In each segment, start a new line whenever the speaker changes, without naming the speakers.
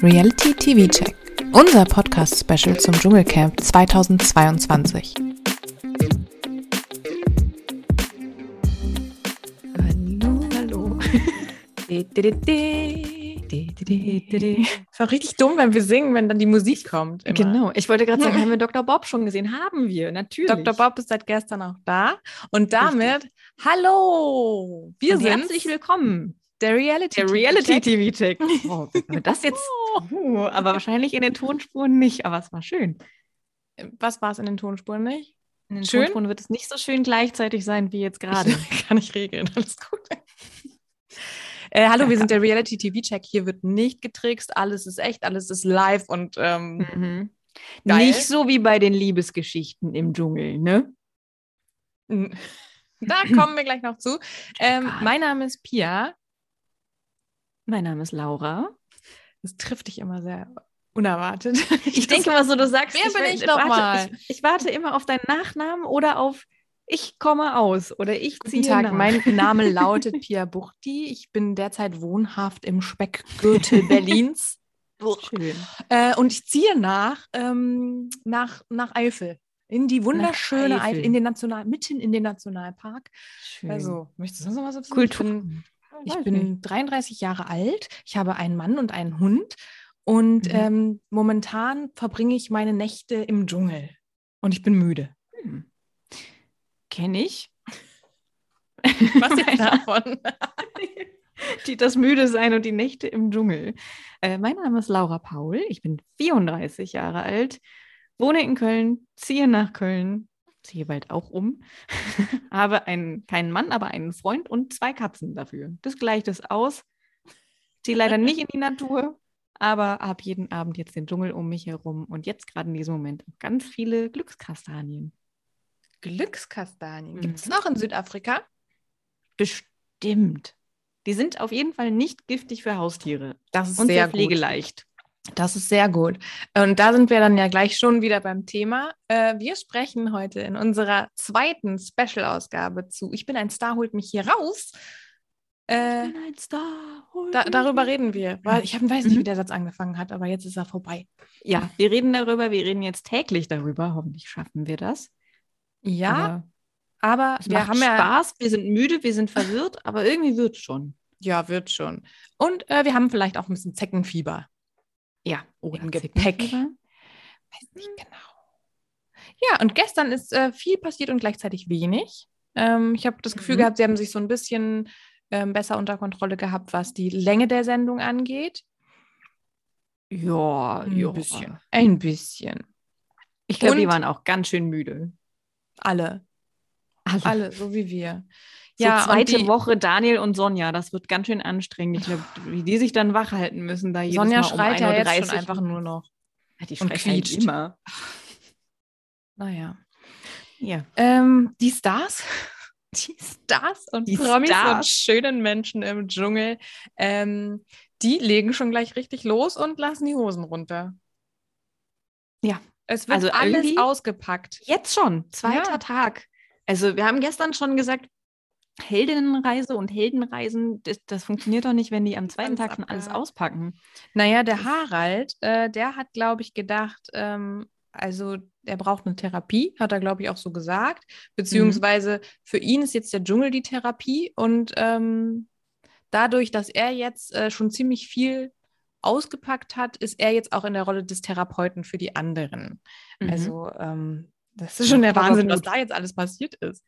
Reality TV Check, unser Podcast-Special zum Dschungelcamp 2022.
Hallo, hallo. Di, di, di, di, di, di, di, di.
Es war richtig dumm, wenn wir singen, wenn dann die Musik kommt. immer.
Genau, ich wollte gerade sagen, haben wir Dr. Bob schon gesehen? Haben wir, natürlich.
Dr. Bob ist seit gestern auch da. Und damit, hallo! Wir
wir sind
sind
herzlich willkommen.
der Reality,
Der Reality
Check.
TV Check. Oh, wenn wir das jetzt, oh, aber wahrscheinlich in den Tonspuren nicht, aber es war schön.
Was war es in den Tonspuren nicht?
In den
Schön?
Tonspuren wird es nicht so schön gleichzeitig sein wie jetzt gerade.
Kann ich regeln, alles gut. Äh, hallo, wir sind der Reality TV Check. Hier wird nicht getrickst, alles ist echt, alles ist live und ähm,
Mhm.
Geil.
Nicht so wie bei den Liebesgeschichten im Dschungel, ne?
Da kommen wir gleich noch zu. Ähm,
Spaß.
mein Name ist Pia.
Mein Name ist Laura.
Das trifft dich immer sehr unerwartet.
Ich denke mal so, du sagst,
Wer bin ich
warte-
nochmal?
Ich, ich warte immer auf deinen Nachnamen oder auf ich komme aus oder ich ziehe
Guten Tag,
nach.
mein Name lautet Pia Buchti. Ich bin derzeit wohnhaft im Speckgürtel Berlins.
Schön.
Äh, und ich ziehe nach, ähm, nach, nach Eifel. In die wunderschöne
Nach
Eifel.
Eifel.
in den National, mitten in den Nationalpark.
Schön.
Also, möchtest du sonst noch was wissen? Ich bin
Kultur.
Ich
Weiß nicht.
bin 33 Jahre alt, ich habe einen Mann und einen Hund und
Mhm.
ähm, momentan verbringe ich meine Nächte im Dschungel und ich bin müde.
Hm. Kenn ich.
Was
jetzt
davon?
Die, das müde sein und die Nächte im Dschungel. Äh, mein Name ist Laura Paul. Ich bin 34 Jahre alt, wohne in Köln, ziehe nach Köln, ziehe bald auch um, habe einen, keinen Mann, aber einen Freund und zwei Katzen dafür. Das gleicht es aus. Ziehe leider nicht in die Natur, aber habe jeden Abend jetzt den Dschungel um mich herum und jetzt gerade in diesem Moment auch ganz viele Glückskastanien.
Glückskastanien.
Mhm.
Gibt es noch in Südafrika?
Bestimmt. Die sind auf jeden Fall nicht giftig für Haustiere
Das ist
und
sehr
sehr
gut.
pflegeleicht.
Das ist sehr gut. Und da sind wir dann ja gleich schon wieder beim Thema. Äh, wir sprechen heute in unserer zweiten Special-Ausgabe zu Ich bin ein Star, holt mich hier raus. Äh,
bin ein Star. hol
da,
mich
darüber
hier.
reden wir, weil ich hab- weiß nicht,
Mhm.
wie der Satz angefangen hat, aber jetzt ist er vorbei.
Ja, wir reden darüber. Wir reden jetzt täglich darüber. Hoffentlich schaffen wir das. aber
Ja, Aber
es
wir
macht
haben ja,
Spaß. Wir sind müde, wir sind verwirrt, aber irgendwie wird schon.
ja, wird schon. Und äh, wir haben vielleicht auch ein bisschen Zeckenfieber.
Ja,
Im Gepäck.
Zickenfieber.
Weiß nicht genau. Ja, und gestern ist äh, viel passiert und gleichzeitig wenig. Ähm, ich habe das Gefühl
Mhm.
gehabt, sie haben sich so ein bisschen ähm, besser unter Kontrolle gehabt, was die Länge der Sendung angeht.
Ja, ja.
Ein bisschen. Ein bisschen.
Ich glaube, die
Und-
waren auch ganz schön müde.
Alle,
Alle.
alle, so wie wir.
So
Ja, und
zweite
die-
Woche Daniel und Sonja, das wird ganz schön anstrengend. Ich glaube, wie die sich dann wach halten müssen, da jedes
Sonja
Mal um
schreit ja jetzt
1.30
schon einfach nur noch.
Ja, die
und
schreit halt
quietscht.
immer.
Naja.
Ja.
Ähm, die Stars, die Stars und
Die
Promis und
Stars.
schönen Menschen im Dschungel, ähm, die legen schon gleich richtig los und lassen die Hosen runter.
Ja.
Es wird
Also
alles
irgendwie-
ausgepackt.
Jetzt schon, zweiter
Ja.
Tag. Also wir haben gestern schon gesagt, Heldinnenreise und Heldenreisen, das, das funktioniert doch nicht, wenn die am zweiten
Alles
Tag schon alles
abgehakt.
auspacken.
Naja, der
Das-
Harald, äh, der hat, glaube ich, gedacht, ähm, also er braucht eine Therapie, hat er, glaube ich, auch so gesagt.
Mhm.
Beziehungsweise für ihn ist jetzt der Dschungel die Therapie und ähm, dadurch, dass er jetzt äh, schon ziemlich viel ausgepackt hat, ist er jetzt auch in der Rolle des Therapeuten für die anderen.
Also,
Also ähm, das ist schon der
Aber
Wahnsinn, was
gut.
da jetzt alles passiert ist.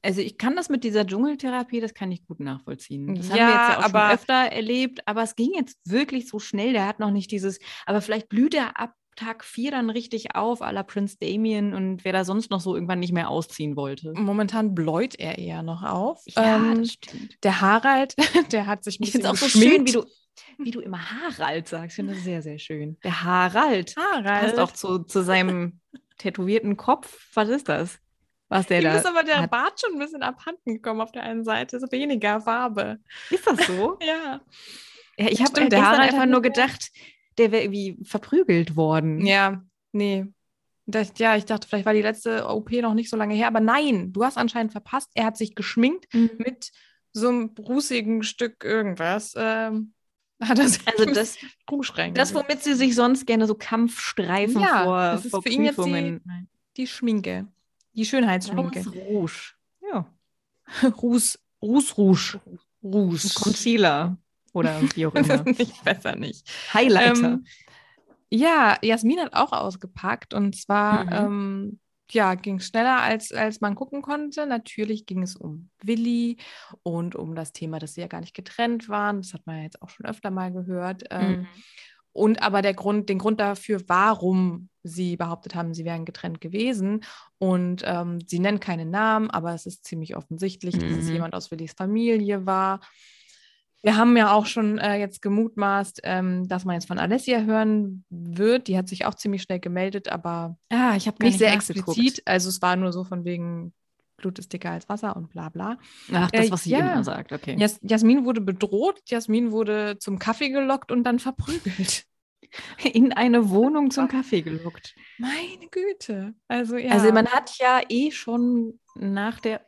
also ich kann das mit dieser Dschungeltherapie, das kann ich gut nachvollziehen. Das haben wir
Ja,
jetzt ja auch
aber-
schon öfter erlebt, aber es ging jetzt wirklich so schnell, der hat noch nicht dieses, aber vielleicht blüht er ab Tag 4 dann richtig auf, à la Prince Damien und wer da sonst noch so irgendwann nicht mehr ausziehen wollte.
Momentan bläut er eher noch auf. ähm,
stimmt.
der Harald, der hat sich ein
Ich finde es auch
bisschen
so schön,
geschminkt.
wie du, wie du immer Harald sagst. Ich finde das sehr, sehr schön. Der Harald
Harald.
passt auch zu, zu seinem tätowierten Kopf. Was ist das? Was der
Ihm
da
ist aber der
hat.
Bart schon ein bisschen abhanden gekommen auf der einen Seite. Ist weniger Farbe.
Ist das so?
Ja.
Ja, ich habe
Stimmt, der
gestern
Harald
einfach
hat
nur
nicht-
gedacht, der wäre irgendwie verprügelt worden.
Ja, nee. Das, ja, ich dachte, vielleicht war die letzte OP noch nicht so lange her, aber nein, du hast anscheinend verpasst. Er hat sich geschminkt
Mhm.
mit so einem brusigen Stück irgendwas. Ähm, Hat er sich
Also
ein
das,
bisschen komisch
das,
reingegangen.
womit sie sich sonst gerne so Kampfstreifen
Ja,
vor,
das ist
vor
für ihn jetzt die
Prüfungen.
Die Schminke. Die
Schminke.
Schönheitsschminke.
Rouge. Ja.
Ruß, Ruß, Rouge. Ruß.
Concealer oder wie auch
Das
immer.
ist nicht besser nicht.
Highlighter.
Ähm, ja, Jasmin hat auch ausgepackt und zwar
Mhm.
ähm, ja, ging schneller, als, als man gucken konnte. Natürlich ging es um Willi und um das Thema, dass sie ja gar nicht getrennt waren. Das hat man ja jetzt auch schon öfter mal gehört. Ähm,
Mhm.
Und aber der Grund, den Grund dafür, warum sie behauptet haben, sie wären getrennt gewesen. Und ähm, sie nennen keine Namen, aber es ist ziemlich offensichtlich, dass es
Mhm.
jemand aus Willis Familie war. Wir haben ja auch schon äh, jetzt gemutmaßt, ähm, dass man jetzt von Alessia hören wird. Die hat sich auch ziemlich schnell gemeldet, aber
Ah, ich habe
nicht, sehr explizit. Also es war nur so von wegen, Blut ist dicker als Wasser und bla bla.
Ach, das,
Äh,
was sie
ja.
immer sagt, okay.
Jas Jasmin wurde bedroht, Jasmin wurde zum Kaffee gelockt und dann verprügelt.
In eine Wohnung zum Kaffee gelockt.
Meine Güte. Also ja.
Also man hat ja eh schon nach der...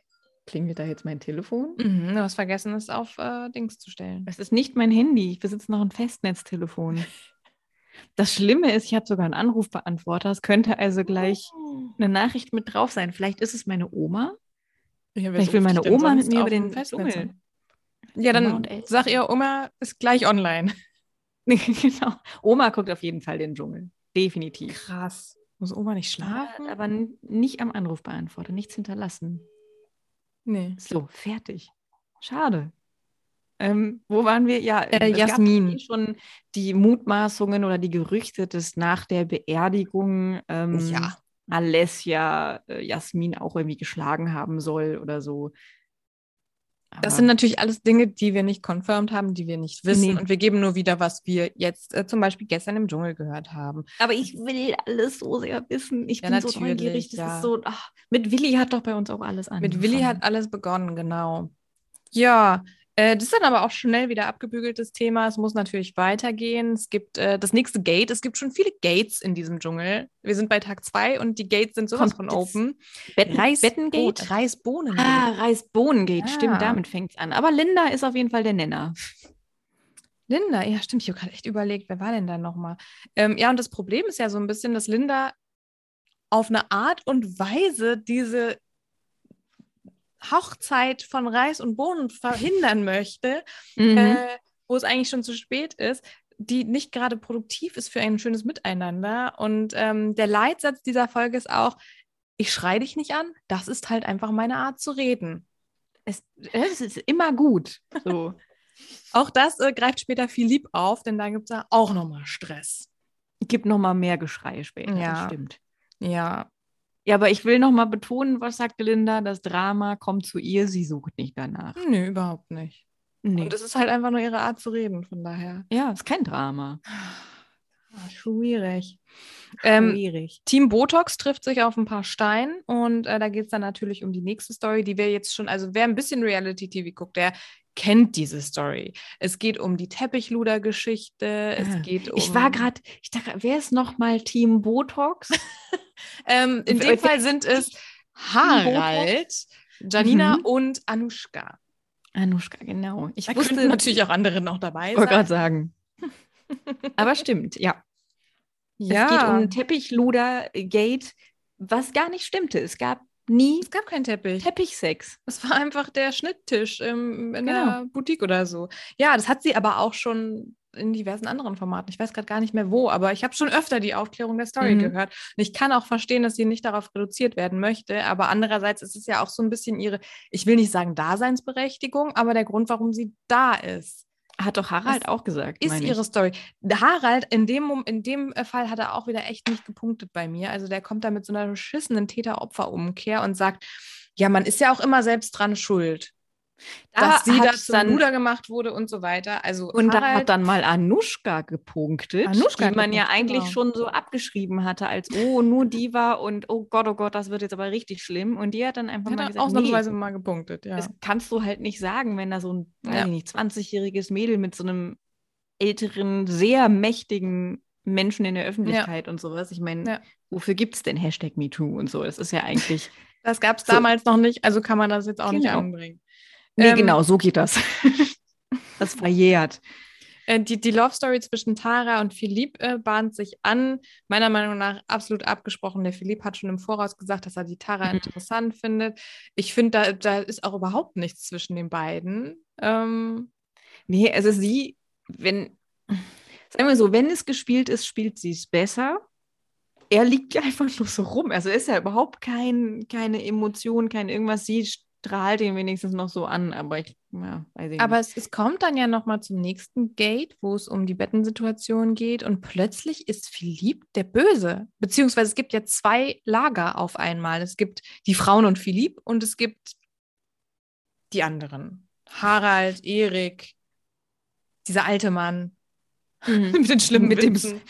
Klingelt da jetzt mein Telefon?
Mhm, du hast vergessen, es auf äh, Dings zu stellen.
Es ist nicht mein Handy. Ich besitze noch ein Festnetztelefon. Das Schlimme ist, ich habe sogar einen Anrufbeantworter. Es könnte also gleich
Oh.
eine Nachricht mit drauf sein. Vielleicht ist es meine Oma.
Ja, wer
Vielleicht will
sucht dich
meine
denn
Oma mit
sonst
mir
auf
über den
dem Festnetz
Dschungel.
an? Ja,
Oma und
dann
Elsa.
sag ihr, Oma ist gleich online.
genau. Oma guckt auf jeden Fall den Dschungel. Definitiv.
Krass. Muss Oma nicht schlafen?
Aber n- nicht am Anrufbeantworter. Nichts hinterlassen.
nee.
So, fertig. Schade. Ähm, wo waren wir? Ja,
Äh,
es gab
Jasmin.
eh schon die Mutmaßungen oder die Gerüchte, dass nach der Beerdigung ähm,
Ja.
Alessia äh, Jasmin auch irgendwie geschlagen haben soll oder so.
Das
Aber-
sind natürlich alles Dinge, die wir nicht confirmed haben, die wir nicht wissen.
Nee.
Und wir geben nur wieder, was wir jetzt äh, zum Beispiel gestern im Dschungel gehört haben.
aber ich will alles so sehr wissen. Ich
Ja,
bin so
natürlich,
neugierig. Das
ja.
ist so. Ach, mit Willi hat doch bei uns auch alles angefangen.
Mit Willi hat alles begonnen, genau. Ja, äh, das ist dann aber auch schnell wieder abgebügeltes Thema. Es muss natürlich weitergehen. Es gibt äh, das nächste Gate. Es gibt schon viele Gates in diesem Dschungel. Wir sind bei Tag zwei und die Gates sind sowas
Kommt
von open.
Betten,
Bo-
Bettengate.
Reisbohnen.
Ah, Reisbohnengate.
Ah.
Stimmt, damit fängt es an. Aber Linda ist auf jeden Fall der Nenner.
Linda, ja, stimmt. Ich habe gerade echt überlegt, wer war denn da nochmal? Ähm, ja, und das Problem ist ja so ein bisschen, dass Linda auf eine Art und Weise diese Hochzeit von Reis und Bohnen verhindern möchte.
Mhm.
äh, wo es eigentlich schon zu spät ist, die nicht gerade produktiv ist für ein schönes Miteinander. Und ähm, der Leitsatz dieser Folge ist auch, ich schreie dich nicht an, das ist halt einfach meine Art zu reden.
Es, äh, es ist immer gut. So.
Auch das äh, greift später Philipp auf, denn da gibt es ja auch nochmal Stress.
Gibt nochmal mehr Geschrei später,
Ja.
das stimmt.
Ja,
Ja, aber ich will nochmal betonen, was sagte Linda, das Drama kommt zu ihr, sie sucht nicht danach.
nö, überhaupt nicht.
Nee.
Und es ist halt einfach nur ihre Art zu reden, von daher.
ja, ist kein Drama.
Ah, Schwierig. Ähm,
Schwierig.
Team Botox trifft sich auf ein paar Stein und äh, da geht es dann natürlich um die nächste Story, die wir jetzt schon, also wer ein bisschen Reality-TV guckt, der kennt diese Story. Es geht um die Teppichluder-Geschichte,
Ah,
es geht um...
Ich war gerade, ich dachte, wer ist nochmal Team Botox?
Ähm, in dem Fall sind es Harald, Janina
Mhm.
und Anushka.
Anuschka, genau. Ich
Da
wusste,
könnten natürlich auch andere noch dabei
wollte
sein.
gerade sagen. aber stimmt, ja. Es geht
Ja.
um Teppichluder-Gate, was gar nicht stimmte. Es gab nie
es gab keinen Teppich.
Teppichsex.
Es war einfach der Schnitttisch im, in
Genau.
der Boutique oder so. Ja, das hat sie aber auch schon in diversen anderen Formaten. Ich weiß gerade gar nicht mehr wo, aber ich habe schon öfter die Aufklärung der Story
Mhm.
gehört. Und ich kann auch verstehen, dass sie nicht darauf reduziert werden möchte. Aber andererseits ist es ja auch so ein bisschen ihre, ich will nicht sagen Daseinsberechtigung, aber der Grund, warum sie da ist,
Hat doch Harald auch gesagt.
ist
meine ich.
ihre Story. Harald, in dem, Mom- in dem äh, Fall hat er auch wieder echt nicht gepunktet bei mir. Also der kommt da mit so einer beschissenen Täter-Opfer-Umkehr und sagt, ja, man ist ja auch immer selbst dran schuld dass sie da
hat's
zum Bruder gemacht wurde und so weiter. Also
Und da hat
Harald,
dann mal Anuschka gepunktet,
Anuschka
die man ja
gepunktet,
eigentlich
genau.
schon so abgeschrieben hatte, als oh, nur die war und oh Gott, oh Gott, das wird jetzt aber richtig schlimm. Und die hat dann einfach
hat
mal
er
gesagt,
ausnahmsweise
nee,
mal gepunktet, ja.
das kannst du halt nicht sagen, wenn da so ein weiß
Ja.
ich nicht 20-jähriges Mädel mit so einem älteren, sehr mächtigen Menschen in der Öffentlichkeit und sowas. Ich meine,
Ja.
wofür gibt es denn Hashtag MeToo und so? Das ist ja eigentlich,
Das gab es
So.
damals noch nicht, also kann man das jetzt auch nicht Ähm,
Genau.
anbringen.
nee,
Ähm,
genau, so geht das. das verjährt.
Äh, die, die Love Story zwischen Tara und Philipp äh, bahnt sich an. Meiner Meinung nach absolut abgesprochen. Der Philipp hat schon im Voraus gesagt, dass er die Tara
Mhm.
interessant findet. Ich finde, da, da ist auch überhaupt nichts zwischen den beiden. Ähm,
Nee, also sie, wenn, sagen wir so, wenn es gespielt ist, spielt sie es besser. Er liegt ja einfach nur so rum. Also ist ja überhaupt kein, keine Emotion, kein irgendwas. Sie strahlt ihn wenigstens noch so an, aber ich ja, weiß ich
aber
nicht.
es, es kommt dann ja nochmal zum nächsten Gate, wo es um die Bettensituation geht. Und plötzlich ist Philipp der Böse. Beziehungsweise es gibt ja zwei Lager auf einmal. Es gibt die Frauen und Philipp und es gibt die anderen. Harald, Erik, dieser alte Mann.
Mhm.
mit den schlimmen
Mit dem-
Witzen.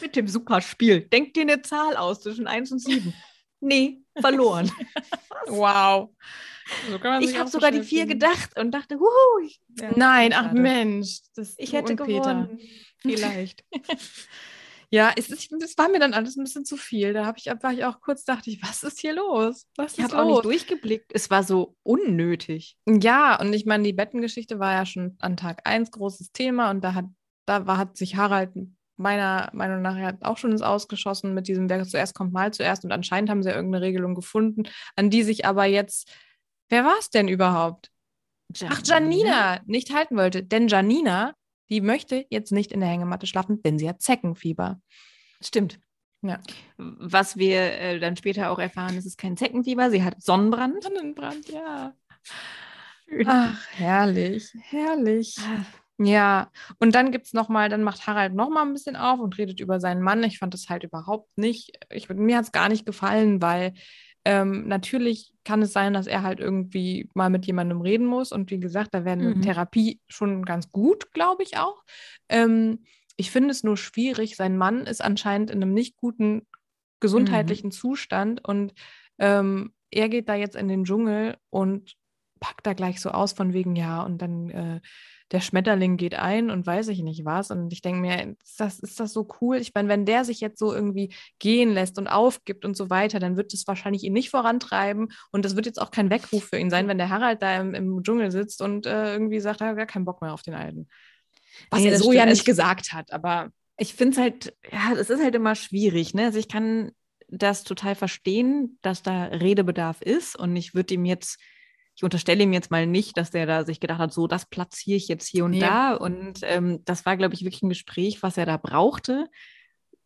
Mit dem Superspiel. Denk dir eine Zahl aus zwischen 1 und 7. Nee, verloren.
Wow. So kann man
ich
sich
habe
auch so
sogar die
schnell
4
fühlen.
gedacht und dachte, huhu. ich- Ja,
Nein, ach
schade.
Mensch. Das
Ich
du
hätte
und Peter.
gewonnen. Vielleicht.
Ja, es, ist, es war mir dann alles ein bisschen zu viel. Da hab ich, war ich auch kurz, dachte ich, was ist hier los? Was
Ich
ist
habe auch nicht
los?
durchgeblickt. Es war so unnötig.
Ja, und ich meine, die Bettengeschichte war ja schon an Tag 1 großes Thema und da hat, da war, hat sich Harald meiner Meinung nach ja auch schon ins Ausgeschossen mit diesem Wer zuerst kommt mal zuerst und anscheinend haben sie ja irgendeine Regelung gefunden, an die sich aber jetzt, wer war es denn überhaupt? Ach, Janina nicht halten wollte. Denn Janina, die möchte jetzt nicht in der Hängematte schlafen, denn sie hat Zeckenfieber.
Stimmt.
Ja.
Was wir äh, dann später auch erfahren, es ist kein Zeckenfieber, sie hat Sonnenbrand.
Sonnenbrand, ja. Ach, herrlich, herrlich.
Ah,
Ja, und dann gibt's noch mal, dann macht Harald noch mal ein bisschen auf und redet über seinen Mann. Ich fand das halt überhaupt nicht, ich, mir hat's gar nicht gefallen, weil ähm, natürlich kann es sein, dass er halt irgendwie mal mit jemandem reden muss. Und wie gesagt, da wäre eine
Mhm.
Therapie schon ganz gut, glaube ich auch. Ähm, ich finde es nur schwierig. Sein Mann ist anscheinend in einem nicht guten gesundheitlichen Zustand und ähm, er geht da jetzt in den Dschungel und packt da gleich so aus von wegen, ja, und dann äh, der Schmetterling geht ein und weiß ich nicht was. Und ich denke mir, ist das, ist das so cool? Ich meine, wenn der sich jetzt so irgendwie gehen lässt und aufgibt und so weiter, dann wird das wahrscheinlich ihn nicht vorantreiben. Und das wird jetzt auch kein Weckruf für ihn sein, wenn der Harald da im, im Dschungel sitzt und äh, irgendwie sagt, er hat gar keinen Bock mehr auf den Alten. Was
Nee,
er
das
so
stimmt. Also
ja nicht
Ich-
gesagt hat, aber
Ich finde es halt, ja, es ist halt immer schwierig. Ne? Also ich kann das total verstehen, dass da Redebedarf ist und ich würde ihm jetzt, ich unterstelle ihm jetzt mal nicht, dass der da sich gedacht hat, so, das platziere ich jetzt hier und
Nee.
da. Und ähm, das war, glaube ich, wirklich ein Gespräch, was er da brauchte.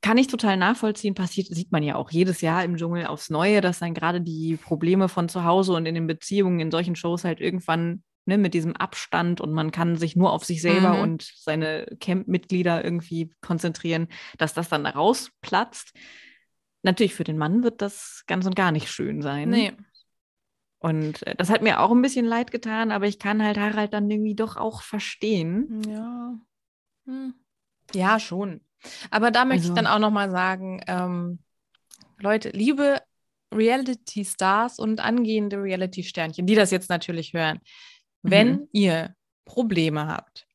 Kann ich total nachvollziehen. Passiert, sieht man ja auch jedes Jahr im Dschungel aufs Neue, dass dann gerade die Probleme von zu Hause und in den Beziehungen in solchen Shows halt irgendwann ne, mit diesem Abstand und man kann sich nur auf sich selber
Mhm.
und seine Camp-Mitglieder irgendwie konzentrieren, dass das dann rausplatzt. Natürlich für den Mann wird das ganz und gar nicht schön sein.
nee.
Und äh, das hat mir auch ein bisschen leid getan, aber ich kann halt Harald dann irgendwie doch auch verstehen.
Ja. Hm. Mhm. Ja, schon. Aber da möchte ich
Also-
dann auch nochmal sagen, ähm, Leute, liebe Reality-Stars und angehende Reality-Sternchen, die das jetzt natürlich hören, wenn ihr Probleme habt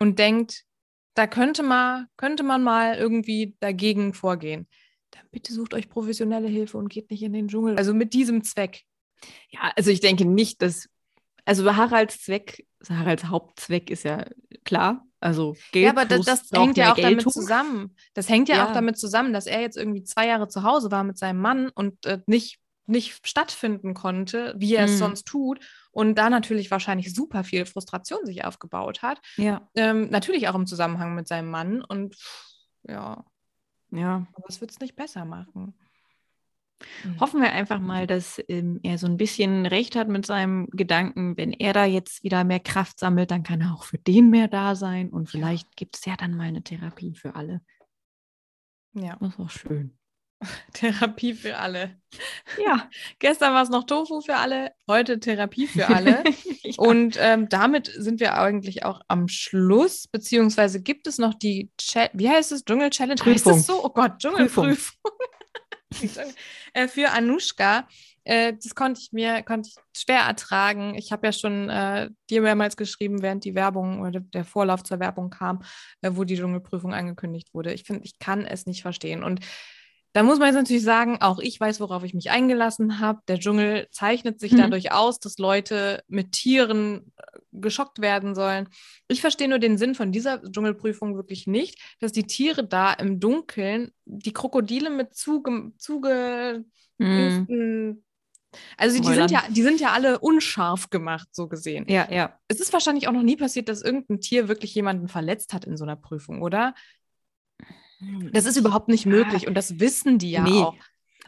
und denkt, da könnte mal, könnte man mal irgendwie dagegen vorgehen, dann bitte sucht euch professionelle Hilfe und geht nicht in den Dschungel. Also mit diesem Zweck.
Ja, also ich denke nicht, dass. Also Haralds Zweck, Haralds Hauptzweck ist ja klar. Also Geld.
Ja, aber das,
plus
das
noch
hängt ja
mehr
auch damit
Geltung.
zusammen. Das hängt ja, auch
Ja.
damit zusammen, dass er jetzt irgendwie zwei Jahre zu Hause war mit seinem Mann und äh, nicht, nicht stattfinden konnte, wie er es
Mhm.
sonst tut. Und da natürlich wahrscheinlich super viel Frustration sich aufgebaut hat.
Ja,
Ähm, natürlich auch im Zusammenhang mit seinem Mann. Und pff, ja,
ja.
aber es wird es nicht besser machen.
Hoffen wir einfach mal, dass ähm, er so ein bisschen recht hat mit seinem Gedanken. Wenn er da jetzt wieder mehr Kraft sammelt, dann kann er auch für den mehr da sein. Und vielleicht gibt es ja dann mal eine Therapie für alle.
Ja,
Das ist auch schön.
Therapie für alle.
Ja.
Gestern war es noch Tofu für alle, heute Therapie für alle.
Und
Und ähm, damit sind wir eigentlich auch am Schluss, beziehungsweise gibt es noch die, Cha wie heißt es, Dschungel-Challenge? Heißt
Prüfung.
es so? Oh Gott, Dschungelprüfung. Die Dschungel- äh, für Anushka. Äh, das konnte ich mir konnte ich schwer ertragen. Ich habe ja schon äh, dir mehrmals geschrieben, während die Werbung oder der Vorlauf zur Werbung kam, äh, wo die Dschungelprüfung angekündigt wurde. Ich finde, ich kann es nicht verstehen. Und da muss man jetzt natürlich sagen, auch ich weiß, worauf ich mich eingelassen habe. Der Dschungel zeichnet sich
Mhm.
dadurch aus, dass Leute mit Tieren äh, geschockt werden sollen. Ich verstehe nur den Sinn von dieser Dschungelprüfung wirklich nicht, dass die Tiere da im Dunkeln, die Krokodile mit zuge, zuge
Hm. Mhm.
impften- also die, die,
Mäulern.
sind ja, die sind ja alle unscharf gemacht, so gesehen.
Ja, ja.
Es ist wahrscheinlich auch noch nie passiert, dass irgendein Tier wirklich jemanden verletzt hat in so einer Prüfung, oder? Das ist überhaupt nicht möglich und das wissen die ja
Hm. Ah. Nee.
auch.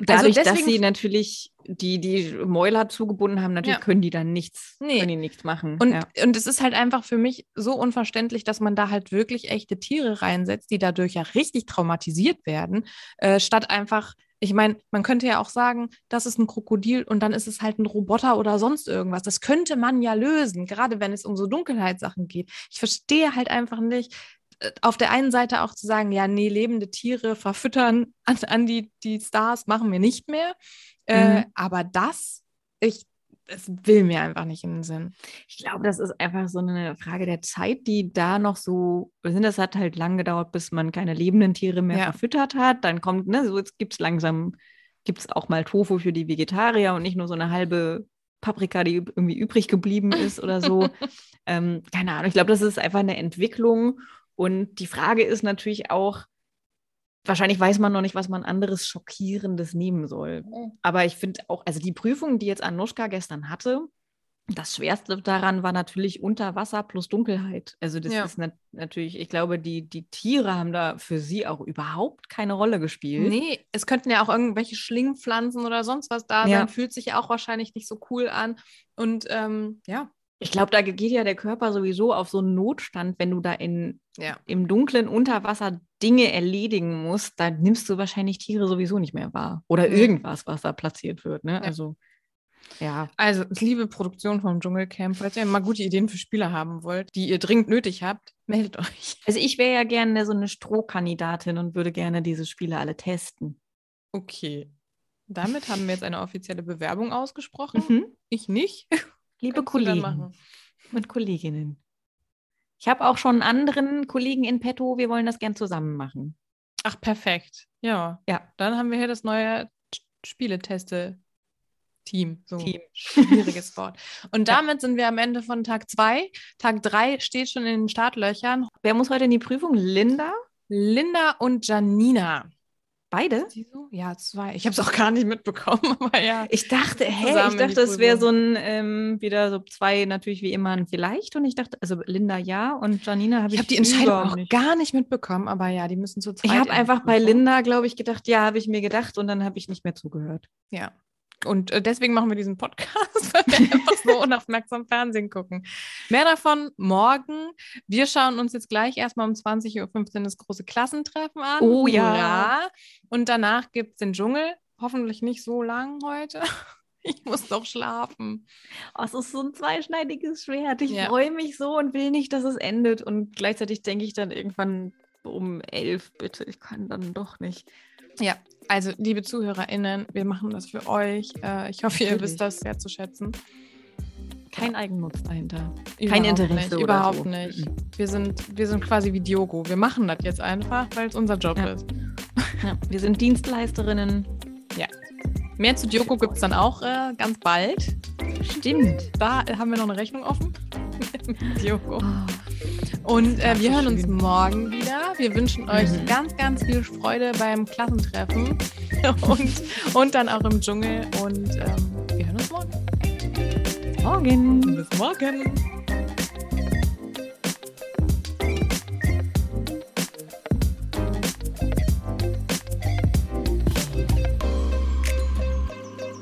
Also
Dadurch, dass
deswegen-
sie natürlich die, die Mäuler zugebunden haben, natürlich
Ja.
können die dann nichts,
Nee.
können die nichts machen. Hm,
Und,
ja.
und es ist halt einfach für mich so unverständlich, dass man da halt wirklich echte Tiere reinsetzt, die dadurch ja richtig traumatisiert werden, äh, statt einfach, ich meine, man könnte ja auch sagen, das ist ein Krokodil und dann ist es halt ein Roboter oder sonst irgendwas. Das könnte man ja lösen, gerade wenn es um so Dunkelheitssachen geht. Ich verstehe halt einfach nicht, äh, auf der einen Seite auch zu sagen, ja, nee, lebende Tiere verfüttern an, an die, die Stars machen wir nicht mehr. Äh, aber das, ich, das will mir einfach nicht in den Sinn.
ich glaube, das ist einfach so eine Frage der Zeit, die da noch so sind. Das hat halt lang gedauert, bis man keine lebenden Tiere mehr
Ja.
verfüttert hat. Dann kommt, ne, so jetzt gibt es langsam, gibt es auch mal Tofu für die Vegetarier und nicht nur so eine halbe Paprika, die üb- irgendwie übrig geblieben ist oder so. ähm, keine Ahnung, ich glaube, das ist einfach eine Entwicklung. Und die Frage ist natürlich auch, wahrscheinlich weiß man noch nicht, was man anderes Schockierendes nehmen soll. Aber ich finde auch, also die Prüfung, die jetzt Anuschka gestern hatte, das Schwerste daran war natürlich unter Wasser plus Dunkelheit. Also das
Ja.
ist nat natürlich, ich glaube, die, die Tiere haben da für sie auch überhaupt keine Rolle gespielt.
Nee, es könnten ja auch irgendwelche Schlingpflanzen oder sonst was da
Ja.
sein. Fühlt sich ja auch wahrscheinlich nicht so cool an. Und ähm, ja,
Ich glaube, da geht ja der Körper sowieso auf so einen Notstand, wenn du da in,
Ja.
im dunklen Unterwasser Dinge erledigen musst, da nimmst du wahrscheinlich Tiere sowieso nicht mehr wahr. Oder
Nee.
irgendwas, was da platziert wird. Ne?
Ja.
Also, ja.
also liebe Produktion vom Dschungelcamp, falls ihr mal gute Ideen für Spiele haben wollt, die ihr dringend nötig habt, meldet euch.
Also ich wäre ja gerne so eine Strohkandidatin und würde gerne diese Spiele alle testen.
Okay. Damit haben wir jetzt eine offizielle Bewerbung ausgesprochen. Ich nicht.
Mhm. Liebe
Kannst du dann
Kollegen
machen.
und Kolleginnen. Ich habe auch schon einen anderen Kollegen in petto, wir wollen das gern zusammen machen.
Ach, perfekt. Ja.
Ja.
Dann haben wir hier das neue T- Spieleteste-Team. So.
Team.
Schwieriges Wort. Und damit sind wir am Ende von Tag 2. Tag 3 steht schon in den Startlöchern.
Wer muss heute in die Prüfung? Linda?
Linda und Janina.
Beide?
Sie so? Ja, zwei. Ich habe es auch gar nicht mitbekommen, aber ja.
Ich dachte, hä,
Zusammen
ich
in
dachte,
die
das wäre so
Prüfung.
ein, ähm, wieder so zwei, natürlich wie immer ein vielleicht. Und ich dachte, also Linda ja und Janina habe
Ich
ich
habe die Entscheidung
überhaupt
auch
nicht.
gar nicht mitbekommen, aber ja, die müssen zu zweit.
Ich habe
in die
einfach bei
Prüfung.
Linda, glaube ich, gedacht, ja, habe ich mir gedacht und dann habe ich nicht mehr zugehört.
Ja. Und äh, deswegen machen wir diesen Podcast, weil wir einfach so unaufmerksam Fernsehen gucken. Mehr davon morgen. Wir schauen uns jetzt gleich erstmal um 20.15 Uhr das große Klassentreffen an.
Oh ja.
Hurra. Und danach gibt es den Dschungel. Hoffentlich nicht so lang heute. Ich muss doch schlafen.
Oh, es ist so ein zweischneidiges Schwert. Ich
Ja.
freue mich so und will nicht, dass es endet. Und gleichzeitig denke ich dann irgendwann um elf, bitte, ich kann dann doch nicht.
Ja, also liebe ZuhörerInnen, wir machen das für euch. Äh, ich hoffe, ihr
Natürlich.
wisst das wertzuschätzen.
Kein Eigennutz dahinter.
Überhaupt
Interesse
Nicht,
oder
überhaupt
so. Mhm.
nicht. Wir sind, wir sind quasi wie Diogo. Wir machen das jetzt einfach, weil es unser Job
Ja.
ist.
Ja, wir sind Dienstleisterinnen.
Mehr zu Diogo gibt es dann auch äh, ganz bald.
Stimmt.
Da haben wir noch eine Rechnung offen. Mit Diogo.
Oh,
Und äh,
Ach,
wir
so
hören uns
schön.
morgen wieder. Wir wünschen euch
Mhm.
ganz, ganz viel Freude beim Klassentreffen und, und dann auch im Dschungel. Und ähm, wir hören uns morgen.
morgen.
Bis morgen.